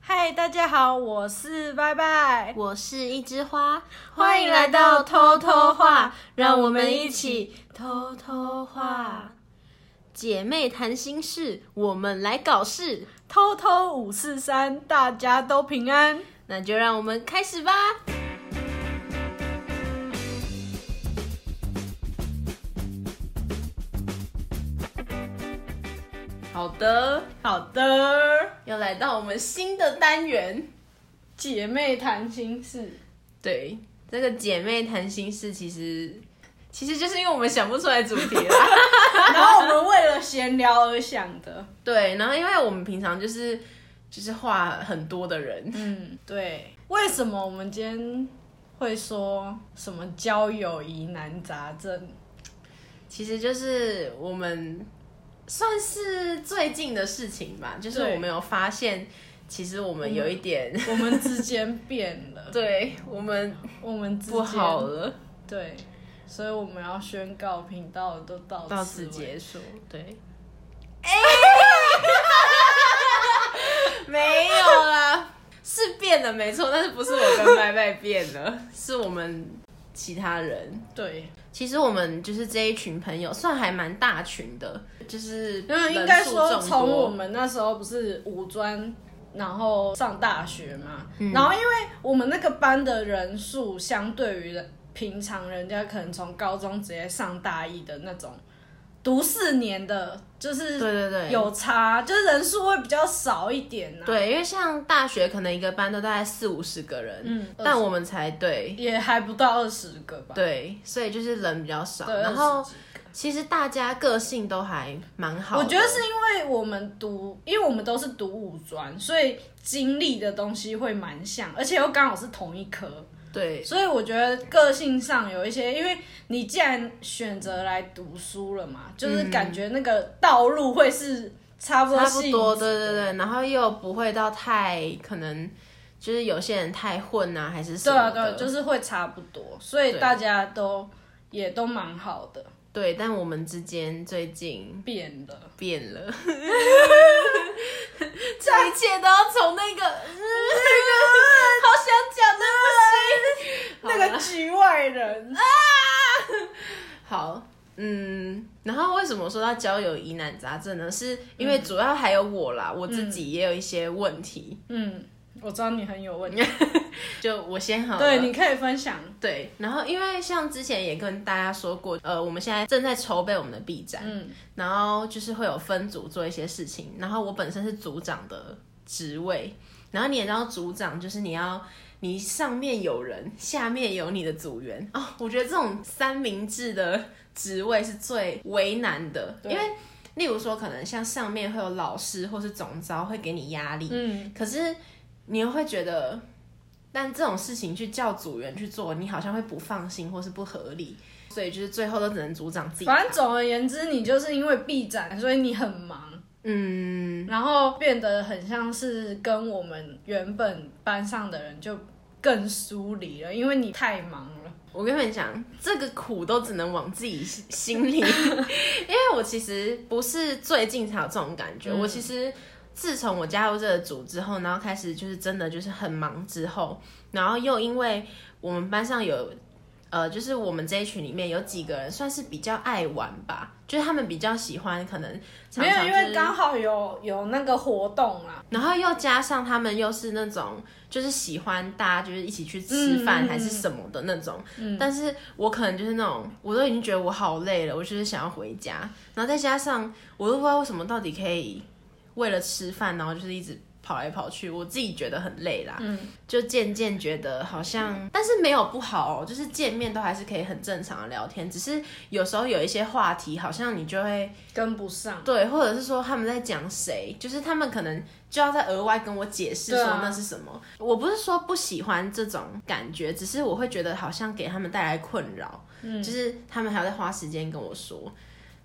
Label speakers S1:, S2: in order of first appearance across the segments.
S1: 嗨，大家好，我是拜拜，
S2: 我是一枝花，
S1: 欢迎来到偷偷话，让我们一起偷偷话，
S2: 姐妹谈心事，我们来搞事，
S1: 偷偷五四三，大家都平安。
S2: 那就让我们开始吧。好的，
S1: 好的，
S2: 又来到我们新的单元。
S1: 姐妹谈心 事，
S2: 对，这个姐妹谈心事，其实其实就是因为我们想不出来主题啦。
S1: 然后我们为了闲聊而想的。
S2: 对，然后因为我们平常就是就是话很多的人，
S1: 嗯，对。为什么我们今天会说什么交友疑难杂症？
S2: 其实就是我们算是最近的事情吧，就是
S1: 对
S2: 我们有发现，其实我们有一点，
S1: 我们之间变了，
S2: 对我们
S1: 我们之间
S2: 不好了，
S1: 对，所以我们要宣告频道都到
S2: 到此
S1: 为
S2: 结束
S1: 止。
S2: 对， 没有啦，是变了没错，但是不是我跟拜拜变了，是我们其他人。
S1: 对，
S2: 其实我们就是这一群朋友，算还蛮大群的，就是
S1: 那应
S2: 人
S1: 该
S2: 数
S1: 说
S2: 众
S1: 从
S2: 多
S1: 我们那时候不是五专，然后上大学嘛，
S2: 嗯
S1: 然后因为我们那个班的人数相对于人平常人家可能从高中直接上大一的那种。读四年的，就是
S2: 对对对
S1: 有差，就是人数会比较少一点呐、，啊
S2: 对，因为像大学可能一个班都大概四五十个人，
S1: 嗯
S2: 但我们才对
S1: 也还不到二十个吧。
S2: 对，所以就是人比较少。
S1: 对，
S2: 然后
S1: 20几个
S2: 其实大家个性都还蛮好的，
S1: 我觉得是因为我们读，因为我们都是读五专，所以经历的东西会蛮像，而且又刚好是同一科，
S2: 对
S1: 所以我觉得个性上有一些，因为你既然选择来读书了嘛，就是感觉那个道路会是差不多
S2: 差
S1: 性
S2: 不
S1: 质
S2: 多，对对对，然后又不会到太可能。就是有些人太混啊，还是什
S1: 对
S2: 么
S1: 啊
S2: 的
S1: 对啊，就是会差不多，所以大家都也都蛮好的，
S2: 对。但我们之间最近
S1: 变了，
S2: 变了， 这一切都要从那个那个好想讲的不行，
S1: 那个局外人，
S2: 好，嗯，然后为什么说到交友疑难杂症呢？是因为主要还有我啦，我自己也有一些问题，
S1: 嗯，我知道你很有问题，
S2: 就我先好了。
S1: 对，你可以分享，
S2: 对，然后因为像之前也跟大家说过，呃，我们现在正在筹备我们的 B 展，
S1: 嗯
S2: 然后就是会有分组做一些事情，然后我本身是组长的职位，然后你也知道组长就是你要。你上面有人，下面有你的组员哦。我觉得这种三明治的职位是最为难的，因
S1: 对
S2: 为例如说，可能像上面会有老师或是总招会给你压力，
S1: 嗯。
S2: 可是你又会觉得，但这种事情去叫组员去做，你好像会不放心或是不合理，所以就是最后都只能组长自己。
S1: 反正总而言之，你就是因为闭展，所以你很忙，
S2: 嗯，
S1: 然后变得很像是跟我们原本班上的人就更疏离了，因为你太忙了。
S2: 我跟你们讲，这个苦都只能往自己心 心里，因为我其实不是最近才有这种感
S1: 嗯
S2: 觉，我其实。自从我加入这个组之后，然后开始就是真的就是很忙之后，然后又因为我们班上有，呃，就是我们这一群里面有几个人算是比较爱玩吧，就是他们比较喜欢可能常
S1: 没有，
S2: 常、
S1: 因
S2: 就是、
S1: 为刚好有有那个活动啊啦，
S2: 然后又加上他们又是那种就是喜欢大家就是一起去吃
S1: 嗯嗯
S2: 饭
S1: 嗯
S2: 还是什么的那种，但是我可能就是那种我都已经觉得我好累了，我就是想要回家，然后再加上我都不知道为什么到底可以为了吃饭，然后就是一直跑来跑去，我自己觉得很累啦，
S1: 嗯
S2: 就渐渐觉得好像，但是没有不好哦，就是见面都还是可以很正常的聊天，只是有时候有一些话题好像你就会。
S1: 跟不上。
S2: 对，或者是说他们在讲谁，就是他们可能就要再额外跟我解释
S1: 对
S2: 说
S1: 啊
S2: 那是什么。我不是说不喜欢这种感觉，只是我会觉得好像给他们带来困扰，
S1: 嗯
S2: 就是他们还要再花时间跟我说。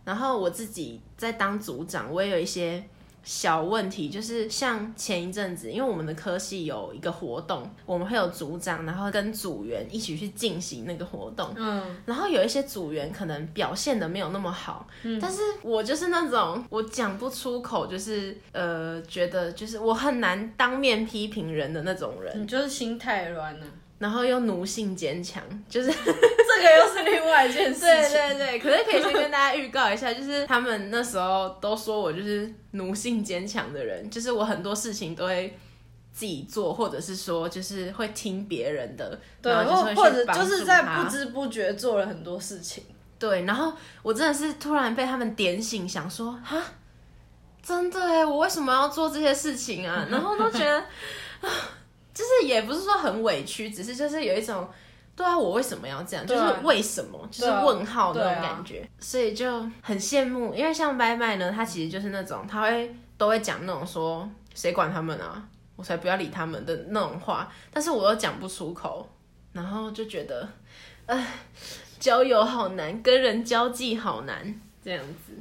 S2: 然后我自己在当组长，我也有一些小问题，就是像前一阵子，因为我们的科系有一个活动，我们会有组长，然后跟组员一起去进行那个活动。
S1: 嗯，
S2: 然后有一些组员可能表现的没有那么好，但是我就是那种我讲不出口，就是呃，觉得就是我很难当面批评人的那种人，
S1: 你就是心太软了、
S2: 然后又奴性坚强，就是
S1: 这个又是另外一件事情。
S2: 对对对，可是可以先跟大家预告一下，就是他们那时候都说我就是奴性坚强的人，就是我很多事情都会自己做，或者是说就是会听别人的，
S1: 对，
S2: 然
S1: 或
S2: 后就是
S1: 或
S2: 会
S1: 者
S2: 去帮助
S1: 就是在
S2: 他
S1: 不知不觉做了很多事情。
S2: 对，然后我真的是突然被他们点醒，想说啊，真的哎，我为什么要做这些事情 啊？然后都觉得啊，就是也不是说很委屈，只是就是有一种。对啊，我为什么要这样？就
S1: 对
S2: 是
S1: 啊
S2: 为什么？就是
S1: 对啊
S2: 问号
S1: 对
S2: 那种
S1: 啊
S2: 感觉，所以就很羡慕。因为像拜拜呢，他其实就是那种他会都会讲那种说谁管他们啊，我才不要理他们的那种话，但是我又讲不出口，然后就觉得呃交友好难，跟人交际好难，这样子。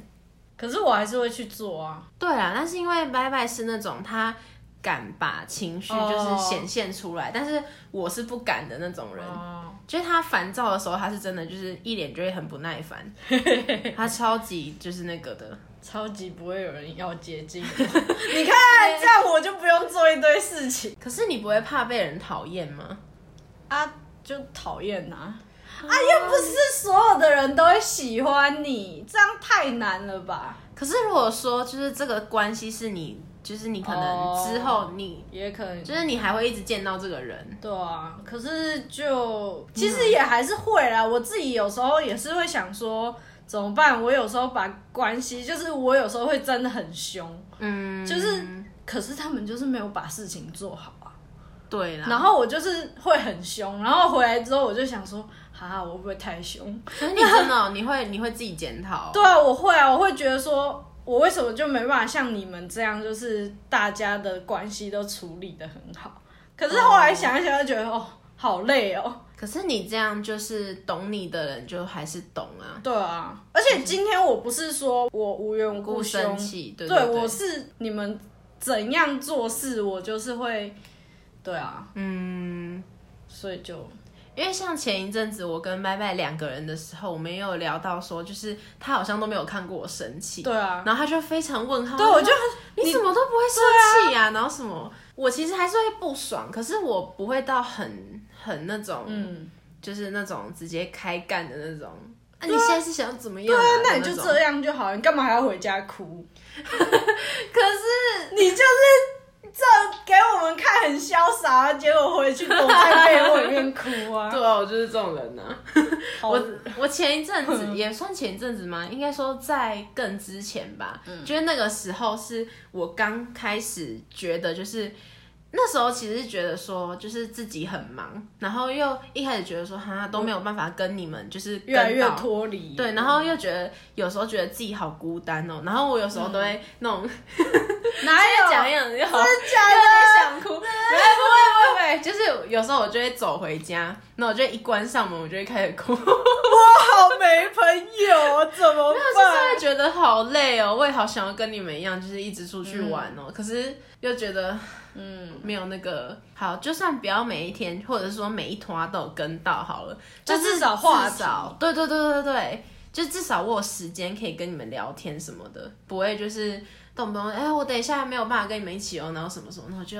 S1: 可是我还是会去做啊。
S2: 对啊，但是因为拜拜是那种他敢把情绪
S1: 哦
S2: 就是显现出来但是我是不敢的那种人。
S1: 哦，
S2: 就是他烦躁的时候，他是真的就是一脸就会很不耐烦，他超级就是那个的。
S1: 超级不会有人要接 近我。你看，这样我就不用做一堆事情
S2: 可是你不会怕被人讨厌吗？
S1: 啊，就讨厌呐。啊，又不是所有的人都会喜欢你，这样太难了吧？
S2: 可是如果说就是这个关系是你，就是你可能
S1: 哦
S2: 之后你、
S1: 也可能
S2: 就是你还会一直见到这个人，
S1: 对啊，可是就其实也还是会啦。我自己有时候也是会想说，怎么办？我有时候把关系，就是我有时候会真的很凶，
S2: 嗯，
S1: 就是可是他们就是没有把事情做好啊。
S2: 对啦。
S1: 然后我就是会很凶，然后回来之后我就想说，哈，我会不会太凶？
S2: 可是你真的哦、 你会你会自己检讨哦、
S1: 对啊，我会啊，我会觉得说。我为什么就没办法像你们这样，就是大家的关系都处理的很好？可是后来想一想，就觉得哦，好累哦。
S2: 可是你这样就是懂你的人就还是懂啊，
S1: 对啊，而且今天我不是说我无缘无
S2: 故
S1: 故
S2: 生
S1: 凶，
S2: 气，对
S1: 对
S2: 对
S1: 我是你们怎样做事，我就是会，对啊，嗯，所以就
S2: 因为像前一阵子我跟麦麦两个人的时候，我们也有聊到说，就是他好像都没有看过我生气，
S1: 对啊，
S2: 然后他就非常问号，
S1: 对我就
S2: 说你怎么都不会生气啊，然后什么，我其实还是会不爽，可是我不会到很很那种，
S1: 嗯，
S2: 就是那种直接开干的那种。啊，你现在是想怎么样、啊？
S1: 那
S2: 的
S1: 你就
S2: 种
S1: 这样就好了，你干嘛还要回家哭？
S2: 可是
S1: 你就是这给我们看很潇洒、啊，结果回去躲在被窝里面哭 啊，
S2: 对啊，我就是这种人啊。
S1: 好嗯
S2: 我我前一阵子也算前一阵子吗？应该说在更之前吧，
S1: 嗯
S2: 就是那个时候是我刚开始觉得，就是那时候其实觉得说，就是自己很忙，然后又一开始觉得说，哈都没有办法跟你们就是
S1: 越来
S2: 跟
S1: 越
S2: 到
S1: 脱离，
S2: 对，然后又觉得有时候觉得自己好孤单哦，然后我有时候
S1: 嗯
S2: 都会那 种
S1: 哪有
S2: 讲一讲就好，
S1: 真的假
S2: 有点
S1: 的？
S2: 想哭，不会不会不会，就是有时候我就会走回家，那我就一关上门，我就会开始哭。
S1: 好没朋友啊，怎么办？
S2: 就是会觉得好累哦，我也好想要跟你们一样，就是一直出去玩哦，可是又觉得，嗯，没有那个好，就算不要每一天，或者说每一团都有跟到好了，
S1: 就
S2: 但是
S1: 至少话
S2: 至少，对对对对对对，就至少我有时间可以跟你们聊天什么的，不会就是。动不动哎、我等一下没有办法跟你们一起哦，然后什么什么，然后就，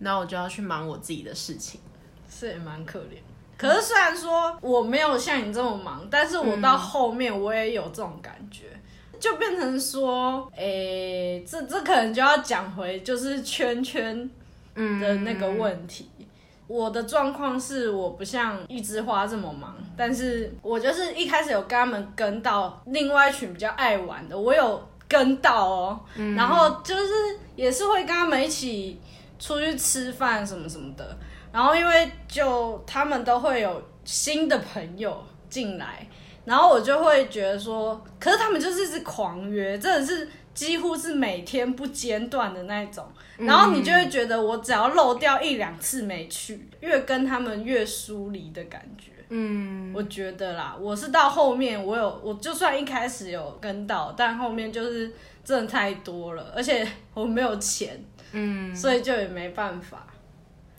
S2: 然后我就要去忙我自己的事情。
S1: 是也蛮可怜。可是虽然说我没有像你这么忙，但是我到后面我也有这种感觉，就变成说，诶、这这可能就要讲回就是圈圈
S2: 嗯
S1: 的那个问题。我的状况是，我不像一枝花这么忙，但是我就是一开始有跟他们跟到另外一群比较爱玩的，我有跟到哦，然后就是也是会跟他们一起出去吃饭什么什么的，然后因为就他们都会有新的朋友进来，然后我就会觉得说，可是他们就是一直狂约，真的是几乎是每天不间断的那一种。
S2: 嗯
S1: 然后你就会觉得我只要漏掉一两次没去，越跟他们越疏离的感觉。
S2: 嗯，
S1: 我觉得啦，我是到后面我有，我就算一开始有跟到，但后面就是真的太多了，而且我没有钱，嗯，所以就也没办法。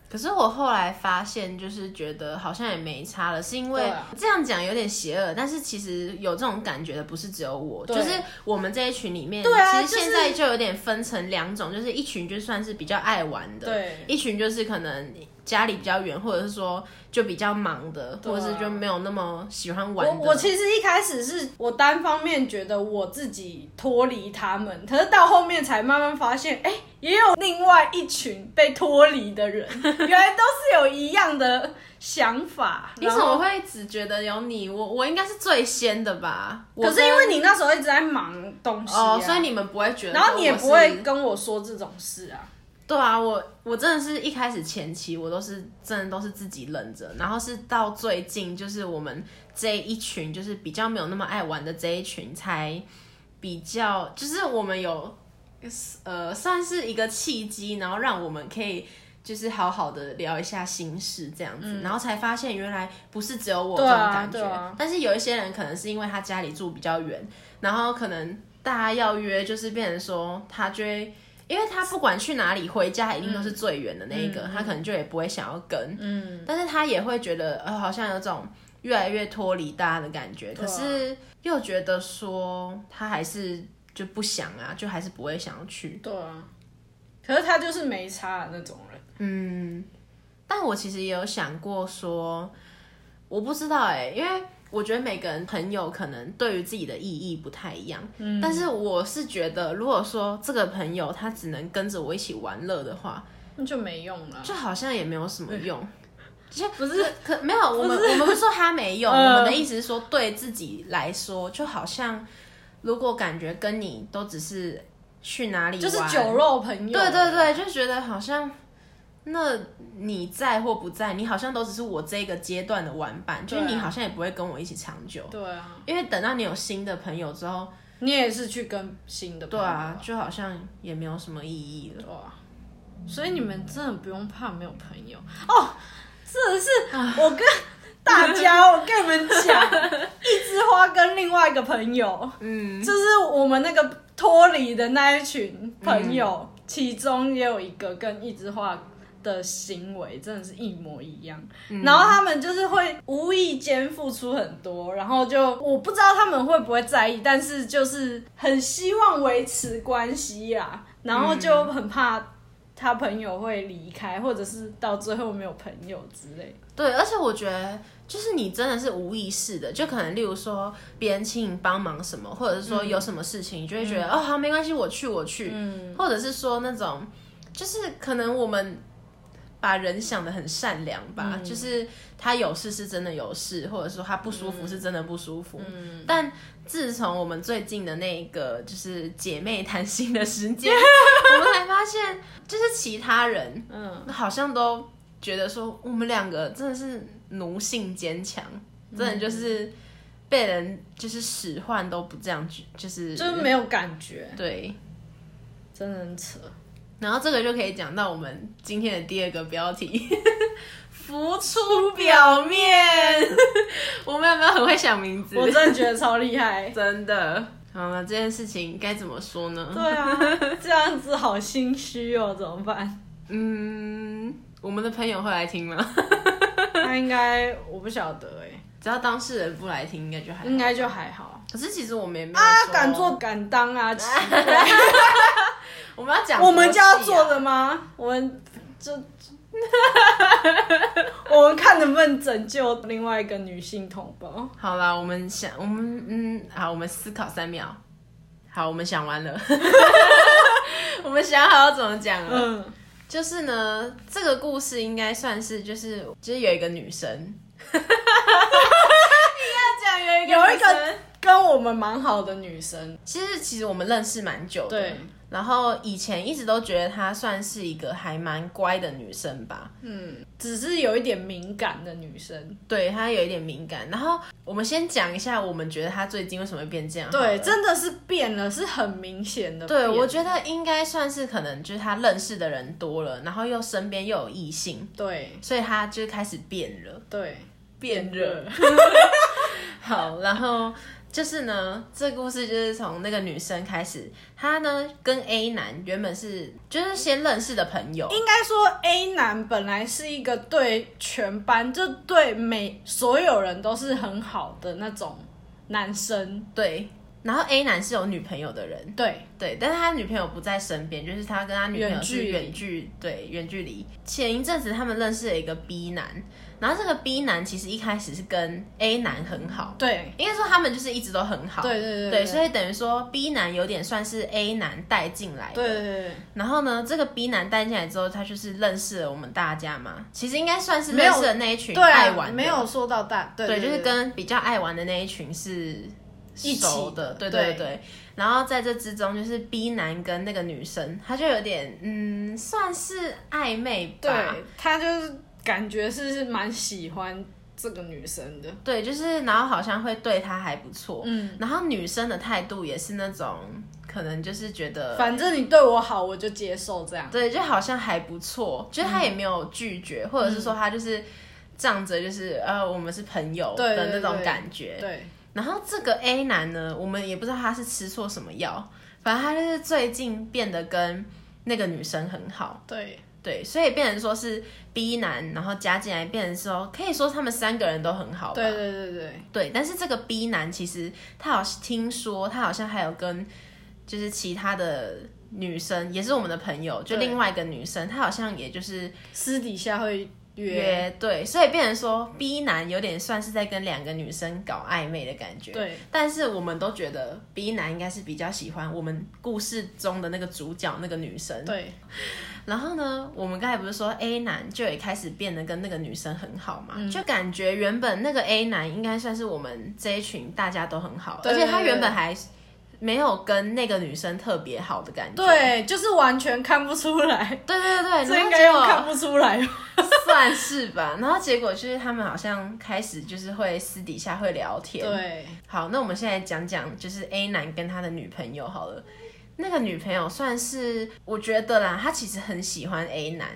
S2: 可是我后来发现，就是觉得好像也没差了，是因为
S1: 对啊
S2: 这样讲有点邪恶，但是其实有这种感觉的不是只有我，
S1: 对
S2: 就是我们这一群里面，
S1: 对啊
S2: 其实现在就有点分成两种，就是一群就算是比较爱玩的，
S1: 对
S2: 一群就是可能家里比较远，或者是说就比较忙的，
S1: 啊
S2: 或者是就没有那么喜欢玩
S1: 我
S2: 的。
S1: 我其实一开始是我单方面觉得我自己脱离他们，可是到后面才慢慢发现，哎、也有另外一群被脱离的 人，原来都是有一样的想法。
S2: 你怎么会只觉得有你？我我应该是最先的吧？
S1: 然后？可是
S2: 我
S1: 因
S2: 跟
S1: 为你那时候一直在忙东西、啊，
S2: 哦，所以你们不会觉得，
S1: 然后你也不会跟我说这种事啊。
S2: 对啊，我我真的是一开始前期我都是真的都是自己忍着，然后是到最近就是我们这一群就是比较没有那么爱玩的这一群才比较，就是我们有呃算是一个契机，然后让我们可以。就是好好的聊一下心事这样子，然后才发现原来不是只有我这
S1: 嗯对
S2: 种
S1: 啊
S2: 感觉，
S1: 对啊
S2: 但是有一些人可能是因为他家里住比较远，然后可能大家要约，就是变成说他就会，因为他不管去哪里回家，一定都
S1: 嗯
S2: 是最远的那一个，他可能就也不会想要跟，嗯，但是他也会觉得呃好像有种越来越脱离大家的感觉，可是又觉得说他还是就不想啊，就还是不会想要去，
S1: 对啊，可是他就是没差的那种人。
S2: 但我其实也有想过说，我不知道哎、因为我觉得每个人朋友可能对于自己的意义不太一样。嗯，但是我是觉得，如果说这个朋友他只能跟着我一起玩乐的话，
S1: 那就没用了。
S2: 就好像也没有什么用。就
S1: 不是
S2: 可没有，我们我们不是说他没用，
S1: 嗯
S2: 我们的意思是说，对自己来说，就好像如果感觉跟你都只是去哪里玩，
S1: 就是酒肉朋友，
S2: 对对对，就觉得好像，那你在或不在，你好像都只是我这个阶段的玩伴，就是
S1: 对啊
S2: 你好像也不会跟我一起长久，
S1: 对啊，
S2: 因为等到你有新的朋友之后，
S1: 你也是去跟新的朋
S2: 对
S1: 友
S2: 啊，，就好像也没有什么意义了。
S1: 对啊，所以你们真的不用怕没有朋友哦，真的是我跟大 家，我跟你们讲，一枝花跟另外一个朋友，嗯，就是我们那个脱离的那一群朋友，其中也有一个跟一枝花。的行为真的是一模一样，然后他们就是会无意间付出很多，然后就我不知道他们会不会在意，但是就是很希望维持关系啦，然后就很怕他朋友会离开，或者是到最后没有朋友之类。
S2: 对，而且我觉得就是你真的是无意识的，就可能例如说别人请你帮忙什么，或者是说有什么事情，你就会觉得、哦好没关系，我去我去，或者是说那种就是可能我们把人想的很善良吧，就是他有事是真的有事，或者说他不舒服是真的不舒服，但。自从我们最近的那个就是姐妹谈心的时间，我们才发现，就是其他人
S1: 嗯，
S2: 好像都觉得说我们两个真的是奴性坚强，真的就是被人就是使唤都不这样觉，就是
S1: 就是没有感觉，
S2: 对。
S1: 真的很扯。
S2: 然后这个就可以讲到我们今天的第二个标题， 浮出表面。 我们有没有很会想名字？。
S1: 我真的觉得超厉害
S2: 真的。好了，这件事情该怎么说呢？
S1: 对啊，这样子好心虚哦，怎么办？
S2: 嗯，我们的朋友会来听吗？
S1: 他应该我不晓得哎、
S2: 只要当事人不来听，应该就还好啊
S1: 应该就还好。
S2: 可是其实我们也没有
S1: 他嗯
S2: 说
S1: 啊敢做敢当啊，奇怪
S2: 我们要讲、
S1: 我们就要做，
S2: 啊
S1: 的吗？我们就。 我们看能不能拯救另外一个女性同胞。
S2: 好啦，我们想，我们嗯，好，我们思考三秒。好，我们想完了， 我们想好要怎么讲了。
S1: 嗯，
S2: 就是呢，这个故事应该算是就是就是有一个女生， 你要讲有一
S1: 嗯有一
S2: 女生
S1: 个跟我们蛮好的女生，
S2: 其实其实我们认识蛮久的，
S1: 对。
S2: 然后以前一直都觉得她算是一个还蛮乖的女生吧，
S1: 只是有一点敏感的女生。
S2: 对她有一点敏感。然后我们先讲一下，我们觉得她最近为什么会变这样好了。
S1: 对，真的是变了，是很明显的变。
S2: 对，我觉得应该算是可能就是他认识的人多了，然后又身边又有异性，
S1: 对
S2: 所以他就开始变了，
S1: 对
S2: 变热。好，然后就是呢，这故事就是从那个女生开始，她呢跟 A 男原本是就是先认识的朋友，
S1: 应该说 A 男本来是一个对全班就对每所有人都是很好的那种男生，
S2: 对，然后 A 男是有女朋友的人，
S1: 对，
S2: 对，但是他女朋友不在身边，就是他跟他女朋友是远
S1: 远距离
S2: 距，对，远距离。前一阵子他们认识了一个 B 男，然后这个 B 男其实一开始是跟 A 男很好，
S1: 对，
S2: 应该说他们就是一直都很好，
S1: 对对对
S2: 对，
S1: 对
S2: 所以等于说 B 男有点算是 A 男带进来的，
S1: 对对对
S2: 然后呢，这个 B 男带进来之后，他就是认识了我们大家嘛，其实应该算是
S1: 没有
S2: 认识了那一群
S1: 对，
S2: 爱
S1: 啊，
S2: 玩的，
S1: 没有说到大，对
S2: 对，
S1: 对，
S2: 就是
S1: 对
S2: 跟比较爱玩的那一群是
S1: 一起
S2: 熟的，对
S1: 对
S2: 对对。然后在这之中，就是 B 男跟那个女生，他就有点嗯，算是暧昧吧。
S1: 对他就是感觉是是蛮喜欢这个女生的，
S2: 对，就是然后好像会对他还不错，
S1: 嗯，
S2: 然后女生的态度也是那种，可能就是觉得
S1: 反正你对我好，我就接受这样。
S2: 对，就好像还不错，就是他也
S1: 嗯
S2: 没有拒绝，或者是说他就是仗着就是呃我们是朋友
S1: 对
S2: 的那
S1: 对
S2: 种
S1: 对
S2: 感觉，
S1: 对，
S2: 然后这个 A 男呢，我们也不知道他是吃错什么药，反正他就是最近变得跟那个女生很好，
S1: 对，
S2: 对，所以变成说是 B 男，然后加进来变成说，可以说他们三个人都很好吧。
S1: 对，对，对，对，
S2: 对但是这个 B 男其实他好像听说他好像还有跟就是其他的女生，也是我们的朋友，就
S1: 对
S2: 另外一个女生，她好像也就是
S1: 私底下会约，
S2: 约对，所以变成说 B 男有点算是在跟两个女生搞暧昧的感觉。
S1: 对，
S2: 但是我们都觉得 B 男应该是比较喜欢我们故事中的那个主角那个女生。
S1: 对，
S2: 然后呢，我们刚才不是说 A 男就也开始变得跟那个女生很好嘛？
S1: 嗯
S2: 就感觉原本那个 A 男应该算是我们这一群大家都很好，
S1: 对
S2: 而且他原本还没有跟那个女生特别好的感觉。
S1: 对，就是完全看不出 来，
S2: 对对对，
S1: 这
S2: 然
S1: 应
S2: 后
S1: 该
S2: 结
S1: 用
S2: 果
S1: 看不出来吧。
S2: 算是吧。然后结果就是他们好像开始就是会私底下会聊天。
S1: 对，
S2: 好，那我们现在讲讲就是 A 男跟他的女朋友好了。那个女朋友算是我觉得啦，她其实很喜欢 A 男，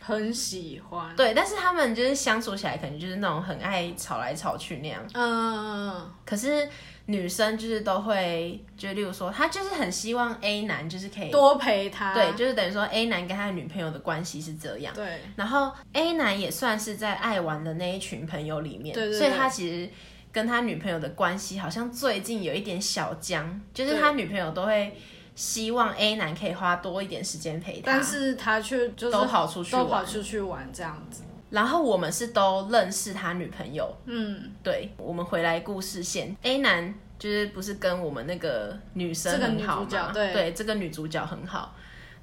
S1: 很喜欢。
S2: 对，但是他们就是相处起来可能就是那种很爱吵来吵去那样。
S1: 嗯，
S2: 可是女生就是都会，就例如说，她就是很希望 A 男就是可以，
S1: 多啊陪他。
S2: 对，就是等于说 A 男跟他的女朋友的关系是这样。
S1: 对，
S2: 然后 A 男也算是在爱玩的那一群朋友里面，
S1: 对对对
S2: 所以他其实跟他女朋友的关系好像最近有一点小僵，就是他女朋友都会希望 A 男可以花多一点时间陪他，
S1: 但是他却就是
S2: 都跑出去
S1: 都跑
S2: 玩。
S1: 出去玩这样子。
S2: 然后我们是都认识他女朋友，
S1: 嗯，
S2: 对我们回来故事线，A 男就是不是跟我们那个女生
S1: 这个
S2: 很好
S1: 女主角
S2: 吗
S1: 对
S2: 这个女主角很好。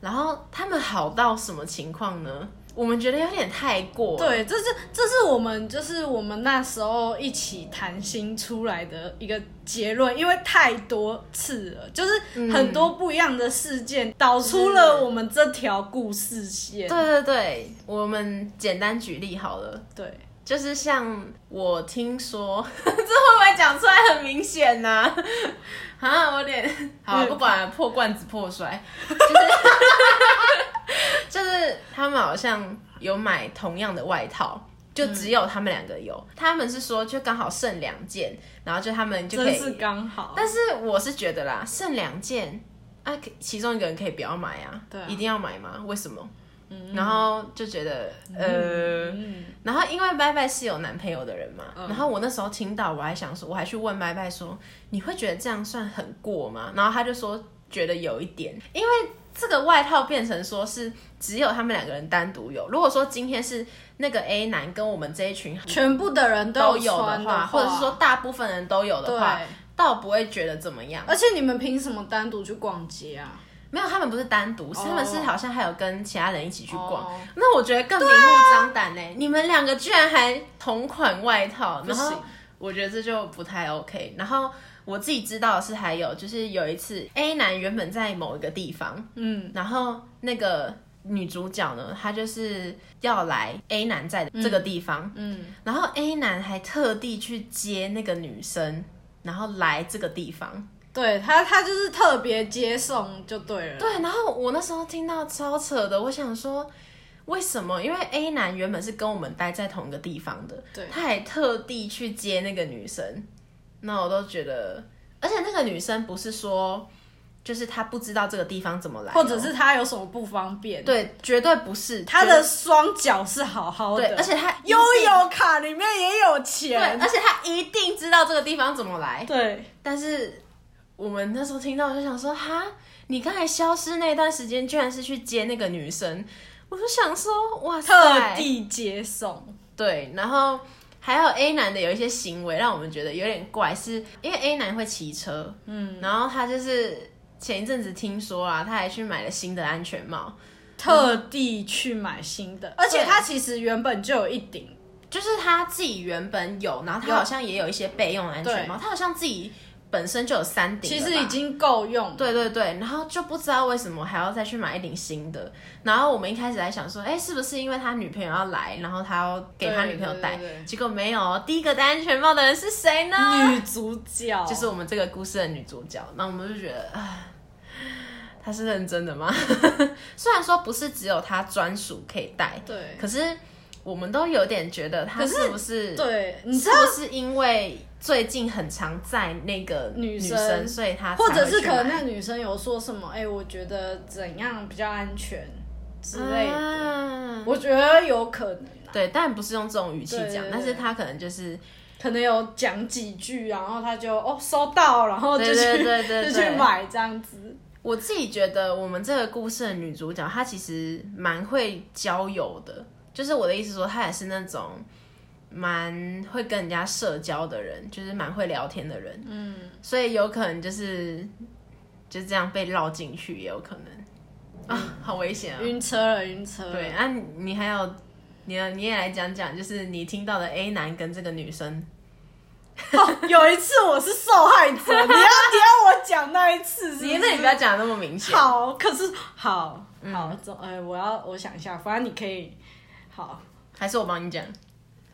S2: 然后他们好到什么情况呢？我们觉得有点太过了，
S1: 对，这是这是我们就是我们那时候一起谈心出来的一个结论，因为太多次了，
S2: 嗯
S1: 就是很多不一样的事件导出了我们这条故事线。
S2: 对对对，我们简单举例好了，
S1: 对，
S2: 就是像我听说， 这会不会讲出来很明显呢、 啊？我有点好，啊
S1: 嗯
S2: 不管了破罐子破摔， 就是就是他们好像有买同样的外套。就只有他们两个有，
S1: 嗯
S2: 他们是说就刚好剩两件，然后就他们就可
S1: 真
S2: 以
S1: 是刚好。
S2: 但是我是觉得啦，剩两件啊，可其中一个人可以不要买啊，
S1: 对啊嗯
S2: 一定要买吗？为什么？然后就觉得，呃，然后因为拜拜是有男朋友的人嘛，然后我那时候听到，我还想说，我还去问拜拜说，你会觉得这样算很过吗？然后他就说，觉得有一点，因为这个外套变成说是只有他们两个人单独有。如果说今天是那个 A 男跟我们这一群
S1: 全部的人
S2: 都
S1: 都
S2: 有
S1: 穿
S2: 的话，或者是说大部分人都有的话
S1: 对，
S2: 倒不会觉得怎么样。
S1: 而且你们凭什么单独去逛街啊？
S2: 没有，他们不是单独，是
S1: 哦
S2: 他们是好像还有跟其他人一起去逛。
S1: 哦
S2: 那我觉得更明目张胆呢、你们两个居然还同款外套，然后
S1: 行
S2: 我觉得这就不太 OK。然后我自己知道的是，还有就是有一次 A 男原本在某一个地方，
S1: 嗯，
S2: 然后那个女主角呢，她就是要来 A 男在的这个地方，
S1: 嗯，
S2: 然后 A 男还特地去接那个女生，然后来这个地方。
S1: 对他，他就是特别接送就对了。
S2: 对，然后我那时候听到超扯的，我想说为什么？因为 A 男原本是跟我们待在同一个地方的，
S1: 对
S2: 他还特地去接那个女生，那我都觉得而且那个女生不是说，就是她不知道这个地方怎么来的哦，
S1: 或者是他有什么不方便？，
S2: 对，绝对不是
S1: 他
S2: 绝对
S1: 的双脚是好好的，
S2: 对，而且她
S1: 悠游卡里面也有
S2: 对，
S1: 钱，
S2: 而且她一定知道这个地方怎么来。
S1: 对，
S2: 但是我们那时候听到，我就想说，哈，你刚才消失那段时间，居然是去接那个女生，我就想说，哇塞，
S1: 特地接送，
S2: 对，然后还有 A 男的有一些行为让我们觉得有点怪，是因为 A 男会骑车，嗯，然后他就是前一阵子听说啊，他还去买了新的安全帽，
S1: 特地去买新
S2: 嗯
S1: 的，而且他其实原本就有一顶，
S2: 就是他自己原本有，然后他好像也有一些备用安全帽，他好像自己本身就有三顶
S1: 其
S2: 了吧，
S1: 实已经够用了。
S2: 对对对，然后就不知道为什么还要再去买一顶新的。然后我们一开始还想说，哎，是不是因为他女朋友要来，然后他要给他
S1: 对
S2: 女朋友
S1: 对
S2: 戴
S1: 对对？
S2: 结果没有，第一个戴安全帽的人是谁呢？
S1: 女主角
S2: 就是我们这个故事的女主角。那我们就觉得，唉，她是认真的吗？ 虽然说不是只有她专属可以戴，
S1: 对
S2: 可是我们都有点觉得她
S1: 可是
S2: 是不是
S1: 对，你知
S2: 是
S1: 道，
S2: 不是因为最近很常在那个
S1: 女
S2: 生，
S1: 生
S2: 所以她才
S1: 或者
S2: 会
S1: 是
S2: 去
S1: 可能
S2: 买
S1: 那个女生有说什么，哎、我觉得怎样比较安全之类的，
S2: 啊
S1: 我觉得有可能啊、
S2: 对，但不是用这种语气
S1: 对对
S2: 讲，
S1: 对
S2: 但是他可能就是
S1: 可能有讲几句，然后他就哦收到，然后就去
S2: 对对对对对
S1: 就去买这样子，
S2: 我自己觉得，我们这个故事的女主角她其实蛮会交友的，就是我的意思说，她也是那种蛮会跟人家社交的人，就是蛮会聊天的人，嗯，所以有可能就是就这样被绕进去，也有可能啊，好危险啊！
S1: 晕车了晕车了。
S2: 对，啊，你还有你你也来讲讲，就是你听到的 A 男跟这个女生
S1: 哦， 有一次我是受害者，你要你要我讲那一次是不是，
S2: 你那你不要讲得那么明显。
S1: 好，可是好好，总哎、我要我想一下，反正你可以，好
S2: 还是我帮你讲。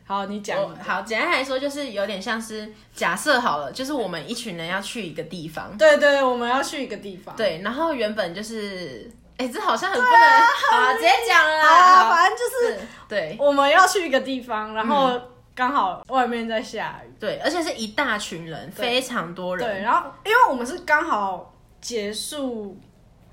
S1: 好你讲，
S2: 我好，简单来说就是有点像是假设好了，就是我们一群人要去一个地方，
S1: 对对对，我们要去一个地方，
S2: 对，然后原本就是，哎、这好像很不能，
S1: 啊
S2: 好啊，直接讲了啦，
S1: 啊，
S2: 好
S1: 反正就是
S2: 对
S1: 我们要去一个地方，然后刚好外面在下雨，
S2: 对，而且是一大群人，非常多人，
S1: 对，然后因为我们是刚好结束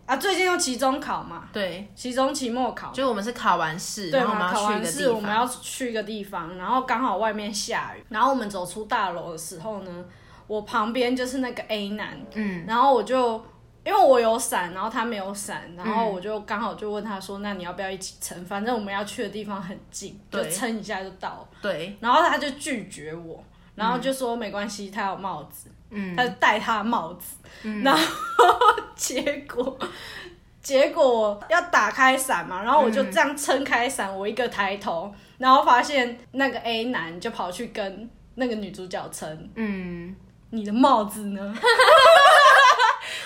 S1: 啊，最近又期中考嘛，
S2: 对，
S1: 期中、期末考，
S2: 就我们是考完试，
S1: 对
S2: 然后我
S1: 嘛？
S2: 们
S1: 考
S2: 要
S1: 完
S2: 去一
S1: 试
S2: 个
S1: 我
S2: 地
S1: 们
S2: 方，
S1: 要去一个地方，然后刚好外面下雨，然后我们走出大楼的时候呢，我旁边就是那个 A 男，
S2: 嗯，
S1: 然后我就。因为我有伞，然后他没有伞，然
S2: 嗯
S1: 后我就刚好就问他说：“那你要不要一起撑？反正我们要去的地方很近，就
S2: 对
S1: 撑一下就到了。”
S2: 对，
S1: 然后他就拒绝我，然后就说没关系，他有帽子，嗯，他就戴他的帽子， 然后结果结果要打开伞嘛，然后我就这样撑开伞，我一个抬头，然后发现那个 A 男就跑去跟那个女主角称
S2: 嗯，
S1: 你的帽子呢？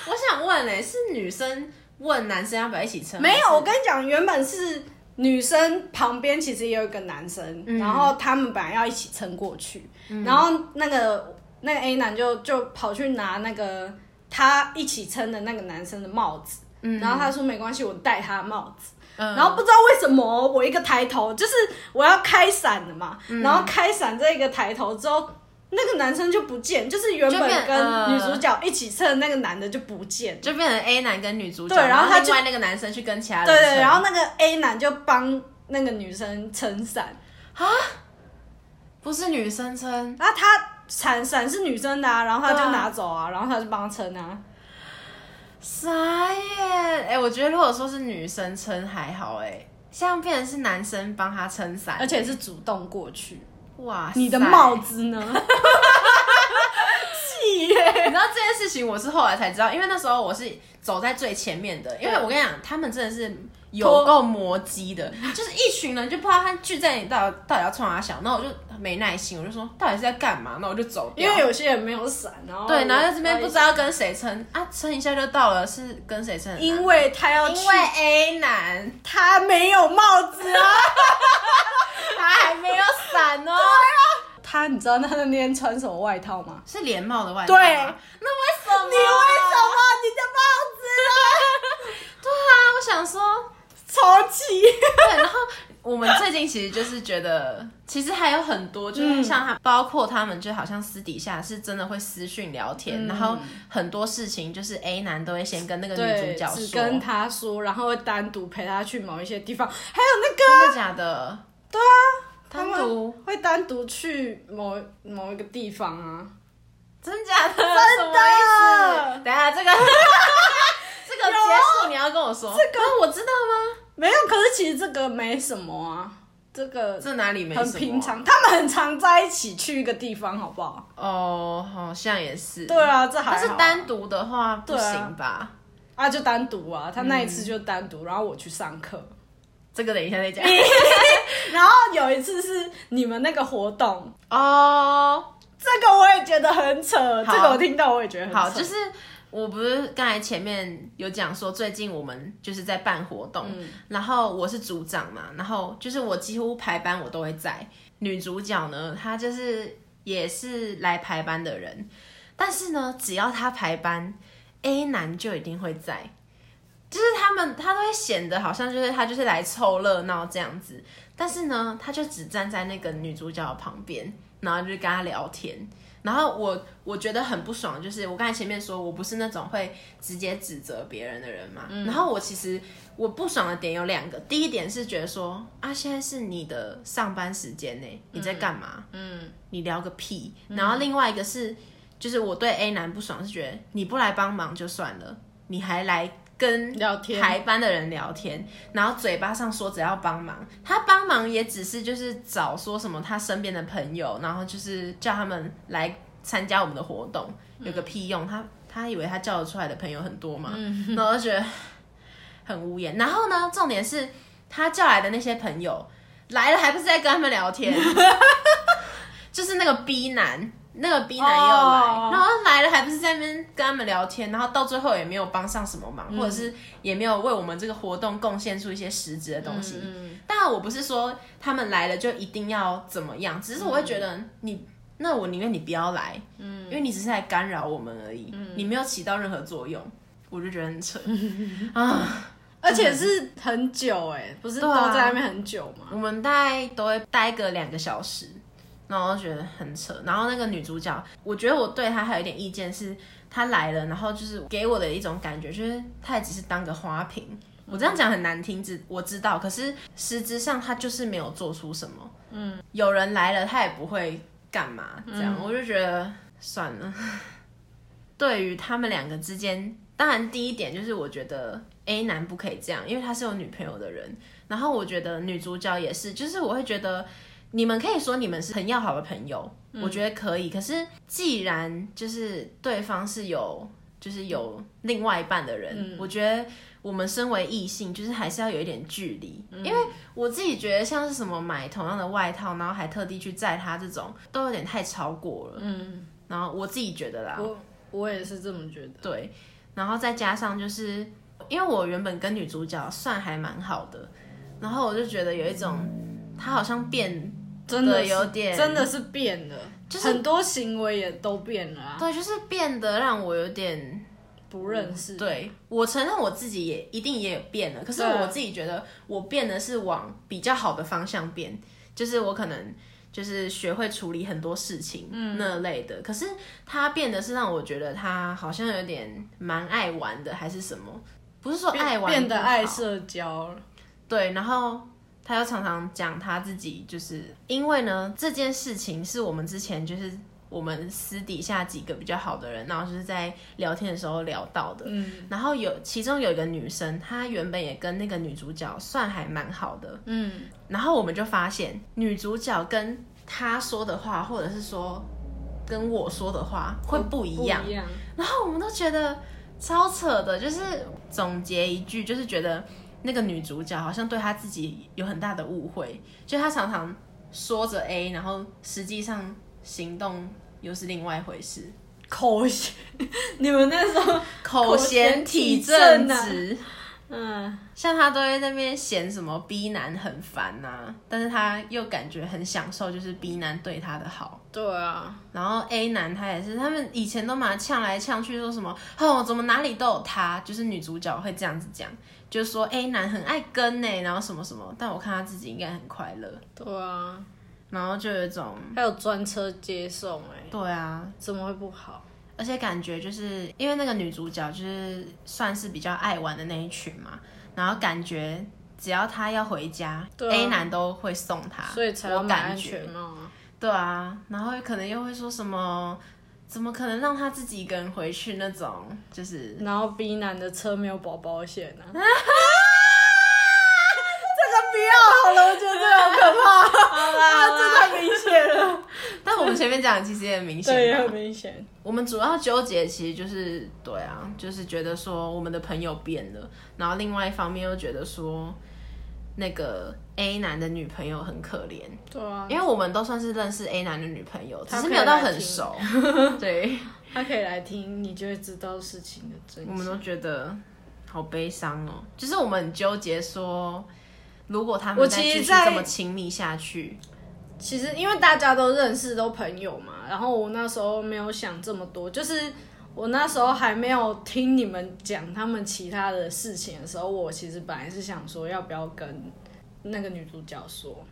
S2: 我想问、哎，是女生问男生要不要一起撑？
S1: 没有，我跟你讲，原本是。女生旁边其实也有一个男生，
S2: 嗯
S1: 然后他们本来要一起撑过去，然后那个那个 A 男就就跑去拿那个他一起撑的那个男生的帽子，然后他说没关系，我戴他的帽子。
S2: 嗯
S1: 然后不知道为什么，我一个抬头，就是我要开伞了嘛，
S2: 嗯
S1: 然后开伞这一个抬头之后，那个男生就不见，就是原
S2: 就
S1: 本
S2: 变
S1: 跟
S2: 呃
S1: 女主角一起撑的那个男的就不见了。
S2: 就变成 A 男跟女主角，
S1: 对然后他
S2: 另
S1: 就
S2: 外那个男生去跟其他人
S1: 对对，
S2: 撑
S1: 然后那个 A 男就帮那个女生撑伞，
S2: 不是女生撑，
S1: 然后他伞伞是女生的啊，然后他
S2: 对啊
S1: 就拿走啊，然后他就帮他撑啊。
S2: 傻眼！哎、我觉得如果说是女生撑还好、哎，像变成是男生帮她撑伞，
S1: 而且是主动过去。
S2: 哎哇塞，
S1: 你的帽子呢？气耶！
S2: 你知道这件事情，我是后来才知道，因为那时候我是走在最前面的，因为我跟你讲，他们真的是有够磨叽的，就是一群人就不知道他聚在你到底到底要冲哪小，那我就没耐心，我就说到底是在干嘛，那我就走掉。
S1: 因为有些人没有伞，然后
S2: 对，然后在这边不知，道跟谁撑啊，撑一下就到了，是跟谁撑？
S1: 因为他要去
S2: 因为 A 男
S1: 他没有帽子啊，
S2: 他还没有伞 哦。
S1: 他你知道他那天穿什么外套吗？
S2: 是连帽的外套
S1: 对
S2: 吗，那为什么？
S1: 你为什么？你的帽子啊？
S2: 对啊，我想说，
S1: 超 超 级。
S2: 对，然后我们最近其实就是觉 得，其实还有很多，就是像他，包括他们，就好像私底下是真的会私讯聊天，然后很多事情就是 A 男都会先跟那个女
S1: 对
S2: 主角，
S1: 只
S2: 说，
S1: 跟
S2: 真
S1: 他说，然后会单独陪他去某一些地方，还有那个
S2: 的假的？对啊，
S1: 他
S2: 单独
S1: 们会单独去某某一个地方啊。
S2: 真假的？真的？等一下 这个这个结束你要跟我说，这个啊我知道吗？
S1: 没有，可是其实这个没什么啊，这个
S2: 这哪里没什么啊
S1: 很平常，他们很常在一起去一个地方，好不好？
S2: 哦，好像也是。
S1: 对啊，这还
S2: 但
S1: 好
S2: 是单独的话不
S1: 对啊
S2: 行吧？
S1: 啊，就单独啊，他那一次就单独，然后我去上课，
S2: 这个等一下再讲。嗯
S1: 然后有一次是你们那个活动，
S2: 哦，
S1: 这个我也觉得很扯，
S2: 好
S1: 这个我听到我也觉得很扯，
S2: 好，就是我不是刚才前面有讲说，最近我们就是在办活动，然后我是组长嘛，然后就是我几乎排班我都会在。女主角呢，她就是也是来排班的人，但是呢，只要她排班，A 男就一定会在。就是他们，他都会显得好像就是他就是来凑热闹这样子，但是呢，他就只站在那个女主角的旁边，然后就跟她聊天。然后我我觉得很不爽，就是我刚才前面说我不是那种会直接指责别人的人嘛。然后我其实我不爽的点有两个，第一点是觉得说啊，现在是你的上班时间呢、你在干嘛？嗯，你聊个屁。然后另外一个是，就是我对 A 男不爽是觉得你不来帮忙就算了，你还来跟
S1: 聊天
S2: 排班的人聊天，然后嘴巴上说只要帮忙，他帮忙也只是就是找说什么他身边的朋友，然后就是叫他们来参加我们的活动，
S1: 嗯
S2: 有个屁用！他他以为他叫得出来的朋友很多嘛，
S1: 嗯
S2: 然后就觉得很无言。然后呢，重点是他叫来的那些朋友来了，还不是在跟他们聊天， 就是那个 B 男。那个 B 男也有来
S1: 哦
S2: 然后来了还不是在那边跟他们聊天，然后到最后也没有帮上什么忙，或者是也没有为我们这个活动贡献出一些实质的东西。当然，我不是说他们来了就一定要怎么样，只是我会觉得你，那我宁愿你不要来，嗯，因为你只是来干扰我们而已，你没有起到任何作用，我就觉得很扯啊。
S1: 而且是很久哎、不是
S2: 对
S1: 都
S2: 啊
S1: 在那边很久吗？
S2: 我们大概都会待个两个小时，然后觉得很扯。然后那个女主角，我觉得我对她还有一点意见是，她来了，然后就是给我的一种感觉，就是她也只是当个花瓶。我这样讲很难听，知我知道，可是实质上她就是没有做出什么。嗯，有人来了，她也不会干嘛，这样、我就觉得算了。 对于他们两个之间，当然第一点就是我觉得 A 男不可以这样，因为他是有女朋友的人。然后我觉得女主角也是，就是我会觉得你们可以说你们是很要好的朋友，我觉得可以。可是既然就是对方是有就是有另外一半的人，我觉得我们身为异性，就是还是要有一点距离，因为我自己觉得像是什么买同样的外套，然后还特地去载他这种，都有点太超过了。嗯，然后我自己觉得啦，
S1: 我我也是这么觉得，
S2: 对，然后再加上就是因为我原本跟女主角算还蛮好的，然后我就觉得有一种她好像变，
S1: 真的
S2: 对
S1: 是
S2: 有点
S1: 真的是变了，
S2: 就是
S1: 很多行为也都变了啊，
S2: 对，就是变得让我有点，
S1: 不认识，
S2: 对我承认我自己也一定也有变了，可是
S1: 对
S2: 我自己觉得我变的是往比较好的方向变，就是我可能。就是学会处理很多事情
S1: 嗯
S2: 那类的，可是她变得是让我觉得她好像有点蛮爱玩的，还是什么？不是说
S1: 变
S2: 爱玩
S1: 变得
S2: 不
S1: 爱
S2: 好
S1: 社交了，
S2: 对，然后他又常常讲他自己，就是因为呢这件事情是我们之前就是我们私底下几个比较好的人，然后就是在聊天的时候聊到的。
S1: 嗯
S2: 然后有其中有一个女生，她原本也跟那个女主角算还蛮好的，
S1: 嗯，
S2: 然后我们就发现女主角跟她说的话，或者是说跟我说的话会不一样
S1: 不。一样，
S2: 然后我们都觉得超扯的，就是总结一句，就是觉得那个女主角好像对她自己有很大的误会，就她常常说着 A，然后实际上行动又是另外一回事，
S1: 口嫌， 你们那时候，
S2: 口
S1: 嫌
S2: 嫌体
S1: 体正
S2: 正啊直。
S1: 嗯，
S2: 像她都会在那边嫌什么 B 男很烦呐、但是她又感觉很享受，就是 B 男对她的好。
S1: 对啊，
S2: 然后 A 男他也是，他们以前都嘛呛来呛去，说什么哦，怎么哪里都有他，就是女主角会这样子讲，就说哎、男很爱跟呢、然后什么什么，但我看他自己应该很快乐，
S1: 对啊，
S2: 然后就有一种
S1: 还有专车接送、哎，
S2: 对啊，
S1: 怎么会不好？
S2: 而且感觉就是因为那个女主角就是算是比较爱玩的那一群嘛，然后感觉只要她要回家、
S1: 对啊
S2: a 男都会送她，
S1: 所以才要
S2: 我
S1: 买
S2: 感
S1: 安
S2: 觉
S1: 全帽啊。
S2: 对啊，然后可能又会说什么，怎么可能让她自己一个人回去那种，就是
S1: 然后 B 男的车没有保保险 啊，
S2: 不要好了，我觉得这个好可怕，
S1: 好
S2: 啊
S1: 啦， 这太明显了，
S2: 但我们前面讲的其实也很明 显，啊
S1: 对，也很明显。
S2: 我们主要纠结其实就是对啊，就是觉得说我们的朋友变了，然后另外一方面又觉得说那个 A 男的女朋友很可怜，
S1: 对啊，
S2: 因为我们都算是认识 A 男的女朋友，只
S1: 他
S2: 是
S1: 可以
S2: 没有到
S1: 来
S2: 很
S1: 听
S2: 熟。 对，
S1: 他可以来听，你就会知道事情的真
S2: 我们
S1: 相。
S2: 都觉得好悲伤哦，就是我们很纠结说，如果他
S1: 我
S2: 们再
S1: 其实
S2: 继续
S1: 在
S2: 这么亲密下去，
S1: 其实因为大家都认识，都朋友嘛，然后我那时候没有想这么多，就是我那时候还没有听你们讲他们其他的事情的时候，我其实本来是想说要不要跟那个女主角说，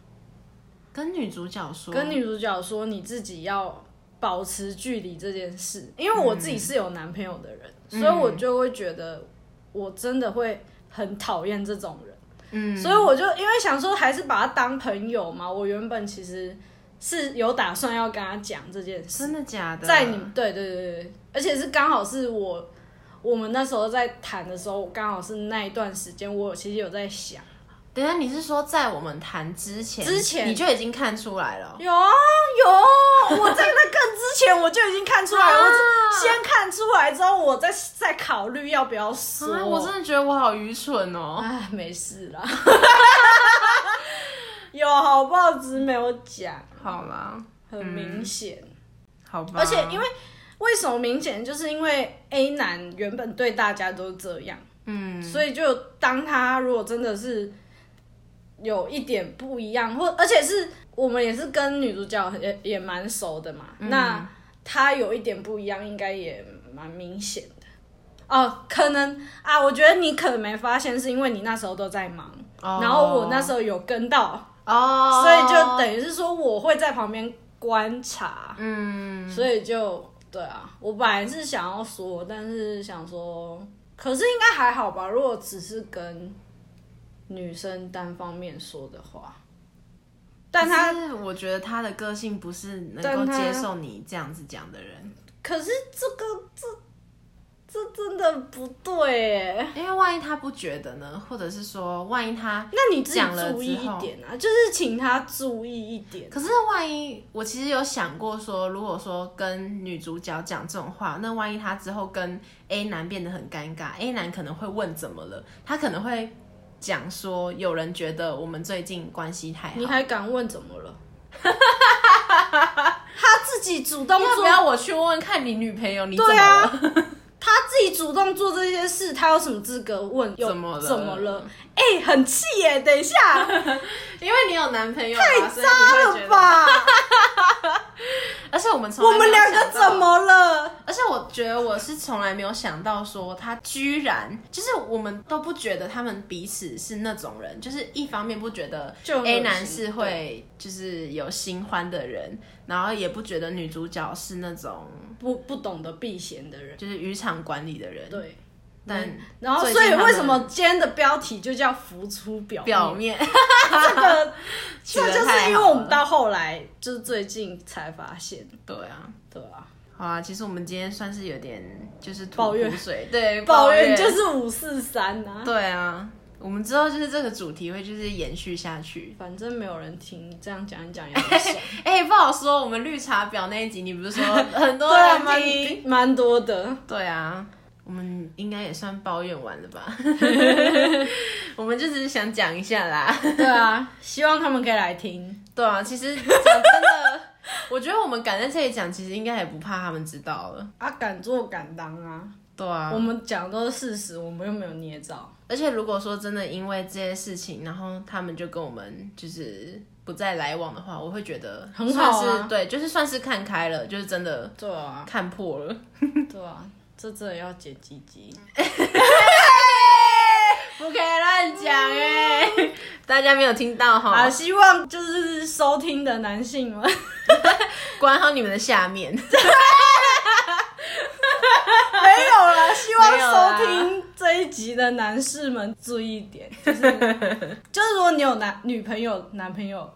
S2: 跟女主角说，
S1: 跟女主角说你自己要保持距离这件事，因为我自己
S2: 嗯
S1: 是有男朋友的人，所以我就会觉得我真的会很讨厌这种人。
S2: 嗯，
S1: 所以我就因为想说还是把他当朋友嘛，我原本其实是有打算要跟他讲这件事，
S2: 真的假的？
S1: 在你对对对对，而且是刚好是我我们那时候在谈的时候，刚好是那一段时间，我其实有在想，
S2: 等一下，你是说在我们谈之前，
S1: 之前
S2: 你就已经看出来了？
S1: 有啊有，我在那更之前我就已经看出来，
S2: 啊
S1: 我只先看出来之后，我再再考虑要不要说，
S2: 啊，我真的觉得我好愚蠢哦！
S1: 哎，没事啦。 有好报纸没有讲，
S2: 好啦，
S1: 很明显。
S2: 嗯好吧。
S1: 而且因为为什么明显，就是因为 A 男原本对大家都这样，
S2: 嗯，
S1: 所以就当他如果真的是有一点不一样，或而且是我们也是跟女主角也也蛮熟的嘛，
S2: 嗯
S1: 那他有一点不一样，应该也蛮明显的。哦，可能啊，我觉得你可能没发现，是因为你那时候都在忙，
S2: 哦
S1: 然后我那时候有跟到，
S2: 哦，
S1: 所以就等于是说我会在旁边观察，
S2: 嗯，
S1: 所以就对啊，我本来是想要说，但是想说，可是应该还好吧。如果只是跟女生单方面说的话，但他
S2: 可是我觉得他的个性不是能够
S1: 但他
S2: 接受你这样子讲的人，
S1: 可是这个这这真的不对耶。
S2: 因为万一他不觉得呢，或者是说万一他，
S1: 那你自己
S2: 讲了
S1: 注意
S2: 之后
S1: 一点啊，就是请他注意一点。
S2: 可是万一我其实有想过说，如果说跟女主角讲这种话，那万一他之后跟 A 男变得很尴尬，A 男可能会问怎么了，他可能会讲说有人觉得我们最近关系太好，
S1: 你还敢问怎么 了？他自己主动
S2: 要
S1: 做
S2: 不要我去问问看你女朋友你怎么
S1: 对
S2: 了？
S1: 啊， 他自己主动做这些事，他有什么资格问有
S2: 怎么了
S1: 怎么了？哎、很气耶、等 一下，
S2: 因为你有男朋友嘛，太
S1: 杀了！吧！
S2: 而且我们从
S1: 我
S2: 来没
S1: 们
S2: 有
S1: 两个
S2: 想
S1: 怎
S2: 到？
S1: 么了？
S2: 而且我觉得我是从来没有想到说他居然就是我们都不觉得他们彼此是那种人，就是一方面不觉得
S1: 就很恶
S2: A
S1: 心
S2: 男是会就是有新欢的人，然后也不觉得女主角是那种
S1: 不不懂得避嫌的人，
S2: 就是渔场管理的人，
S1: 对。嗯
S2: 但
S1: 然后，
S2: 嗯最
S1: 所
S2: 近
S1: 以
S2: 他们
S1: 为什么今天的标题就叫浮出表
S2: 表面
S1: 这个
S2: 取
S1: 这
S2: 得
S1: 就
S2: 太
S1: 是因为
S2: 好
S1: 我们
S2: 了
S1: 到后来就是最近才发现，
S2: 对啊。
S1: 对啊，
S2: 好啊，其实我们今天算是有点就是吐
S1: 抱怨
S2: 苦水，对
S1: 抱
S2: 怨
S1: 怨就是五四三呐，
S2: 对啊，我们之后就是这个主题会就是延续下去。
S1: 反正没有人听，你这样讲一 讲也不爽。
S2: 哎、不好说，我们绿茶婊那一集你不是说很 多
S1: 对啊，
S2: 人
S1: 蛮
S2: 听？
S1: 蛮多的。
S2: 对啊，我们应该也算抱怨完 了吧？ 我们就只是想讲一下啦。
S1: 对啊，希望他们可以来听。
S2: 对啊，其实讲真的，我觉得我们敢在这里讲，其实应该也不怕他们知道了。
S1: 啊，敢做敢当啊！
S2: 对啊
S1: 我，们讲的都是事实，我们又没有捏造。
S2: 而且如果说真的因为这些事情，然后他们就跟我们就是不再来往的话，我会觉得
S1: 很好啊
S2: 算是对，就是算是看开了，就是真的
S1: 对啊，
S2: 看破了。
S1: 对啊，这真的要解鸡鸡。
S2: 不可以乱讲
S1: 欸
S2: 哎，大家没有听到哈
S1: 啊，，希望就是收听的男性 们，
S2: 管好你们的下面。
S1: 没有啦，希
S2: 没有啦
S1: 望收听这一集的男士们注意一点，就是 就是如果你有男女朋友、男朋友，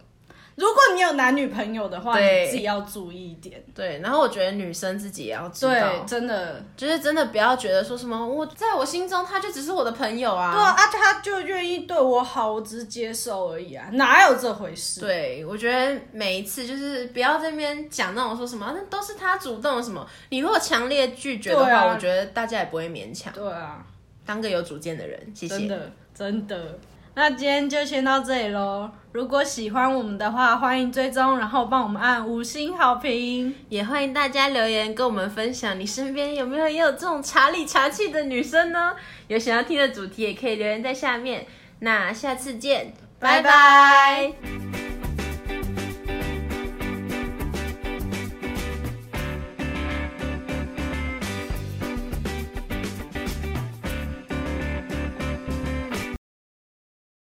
S1: 如果你有男女朋友的话，
S2: 对
S1: 你自己要注意一点。
S2: 对，然后我觉得女生自己也要知
S1: 对，
S2: 道，
S1: 真的，
S2: 就是真的不要觉得说什么我在我心中他就只是我的朋友啊。
S1: 对啊，啊他就愿意对我好，我只是接受而已啊，哪有这回事？
S2: 对，我觉得每一次就是不要这边讲那种说什么，啊那都是他主动的什么。你如果强烈拒绝的话，
S1: 对啊
S2: 我觉得大家也不会勉强。
S1: 对啊，
S2: 当个有主见的人，谢
S1: 真
S2: 谢。
S1: 的真的。那今天就先到这里喽。如果喜欢我们的话，欢迎追踪，然后帮我们按五星好评。
S2: 也欢迎大家留言跟我们分享，你身边有没有也有这种茶里茶气的女生呢？有想要听的主题，也可以留言在下面。那下次见，拜
S1: 拜
S2: 拜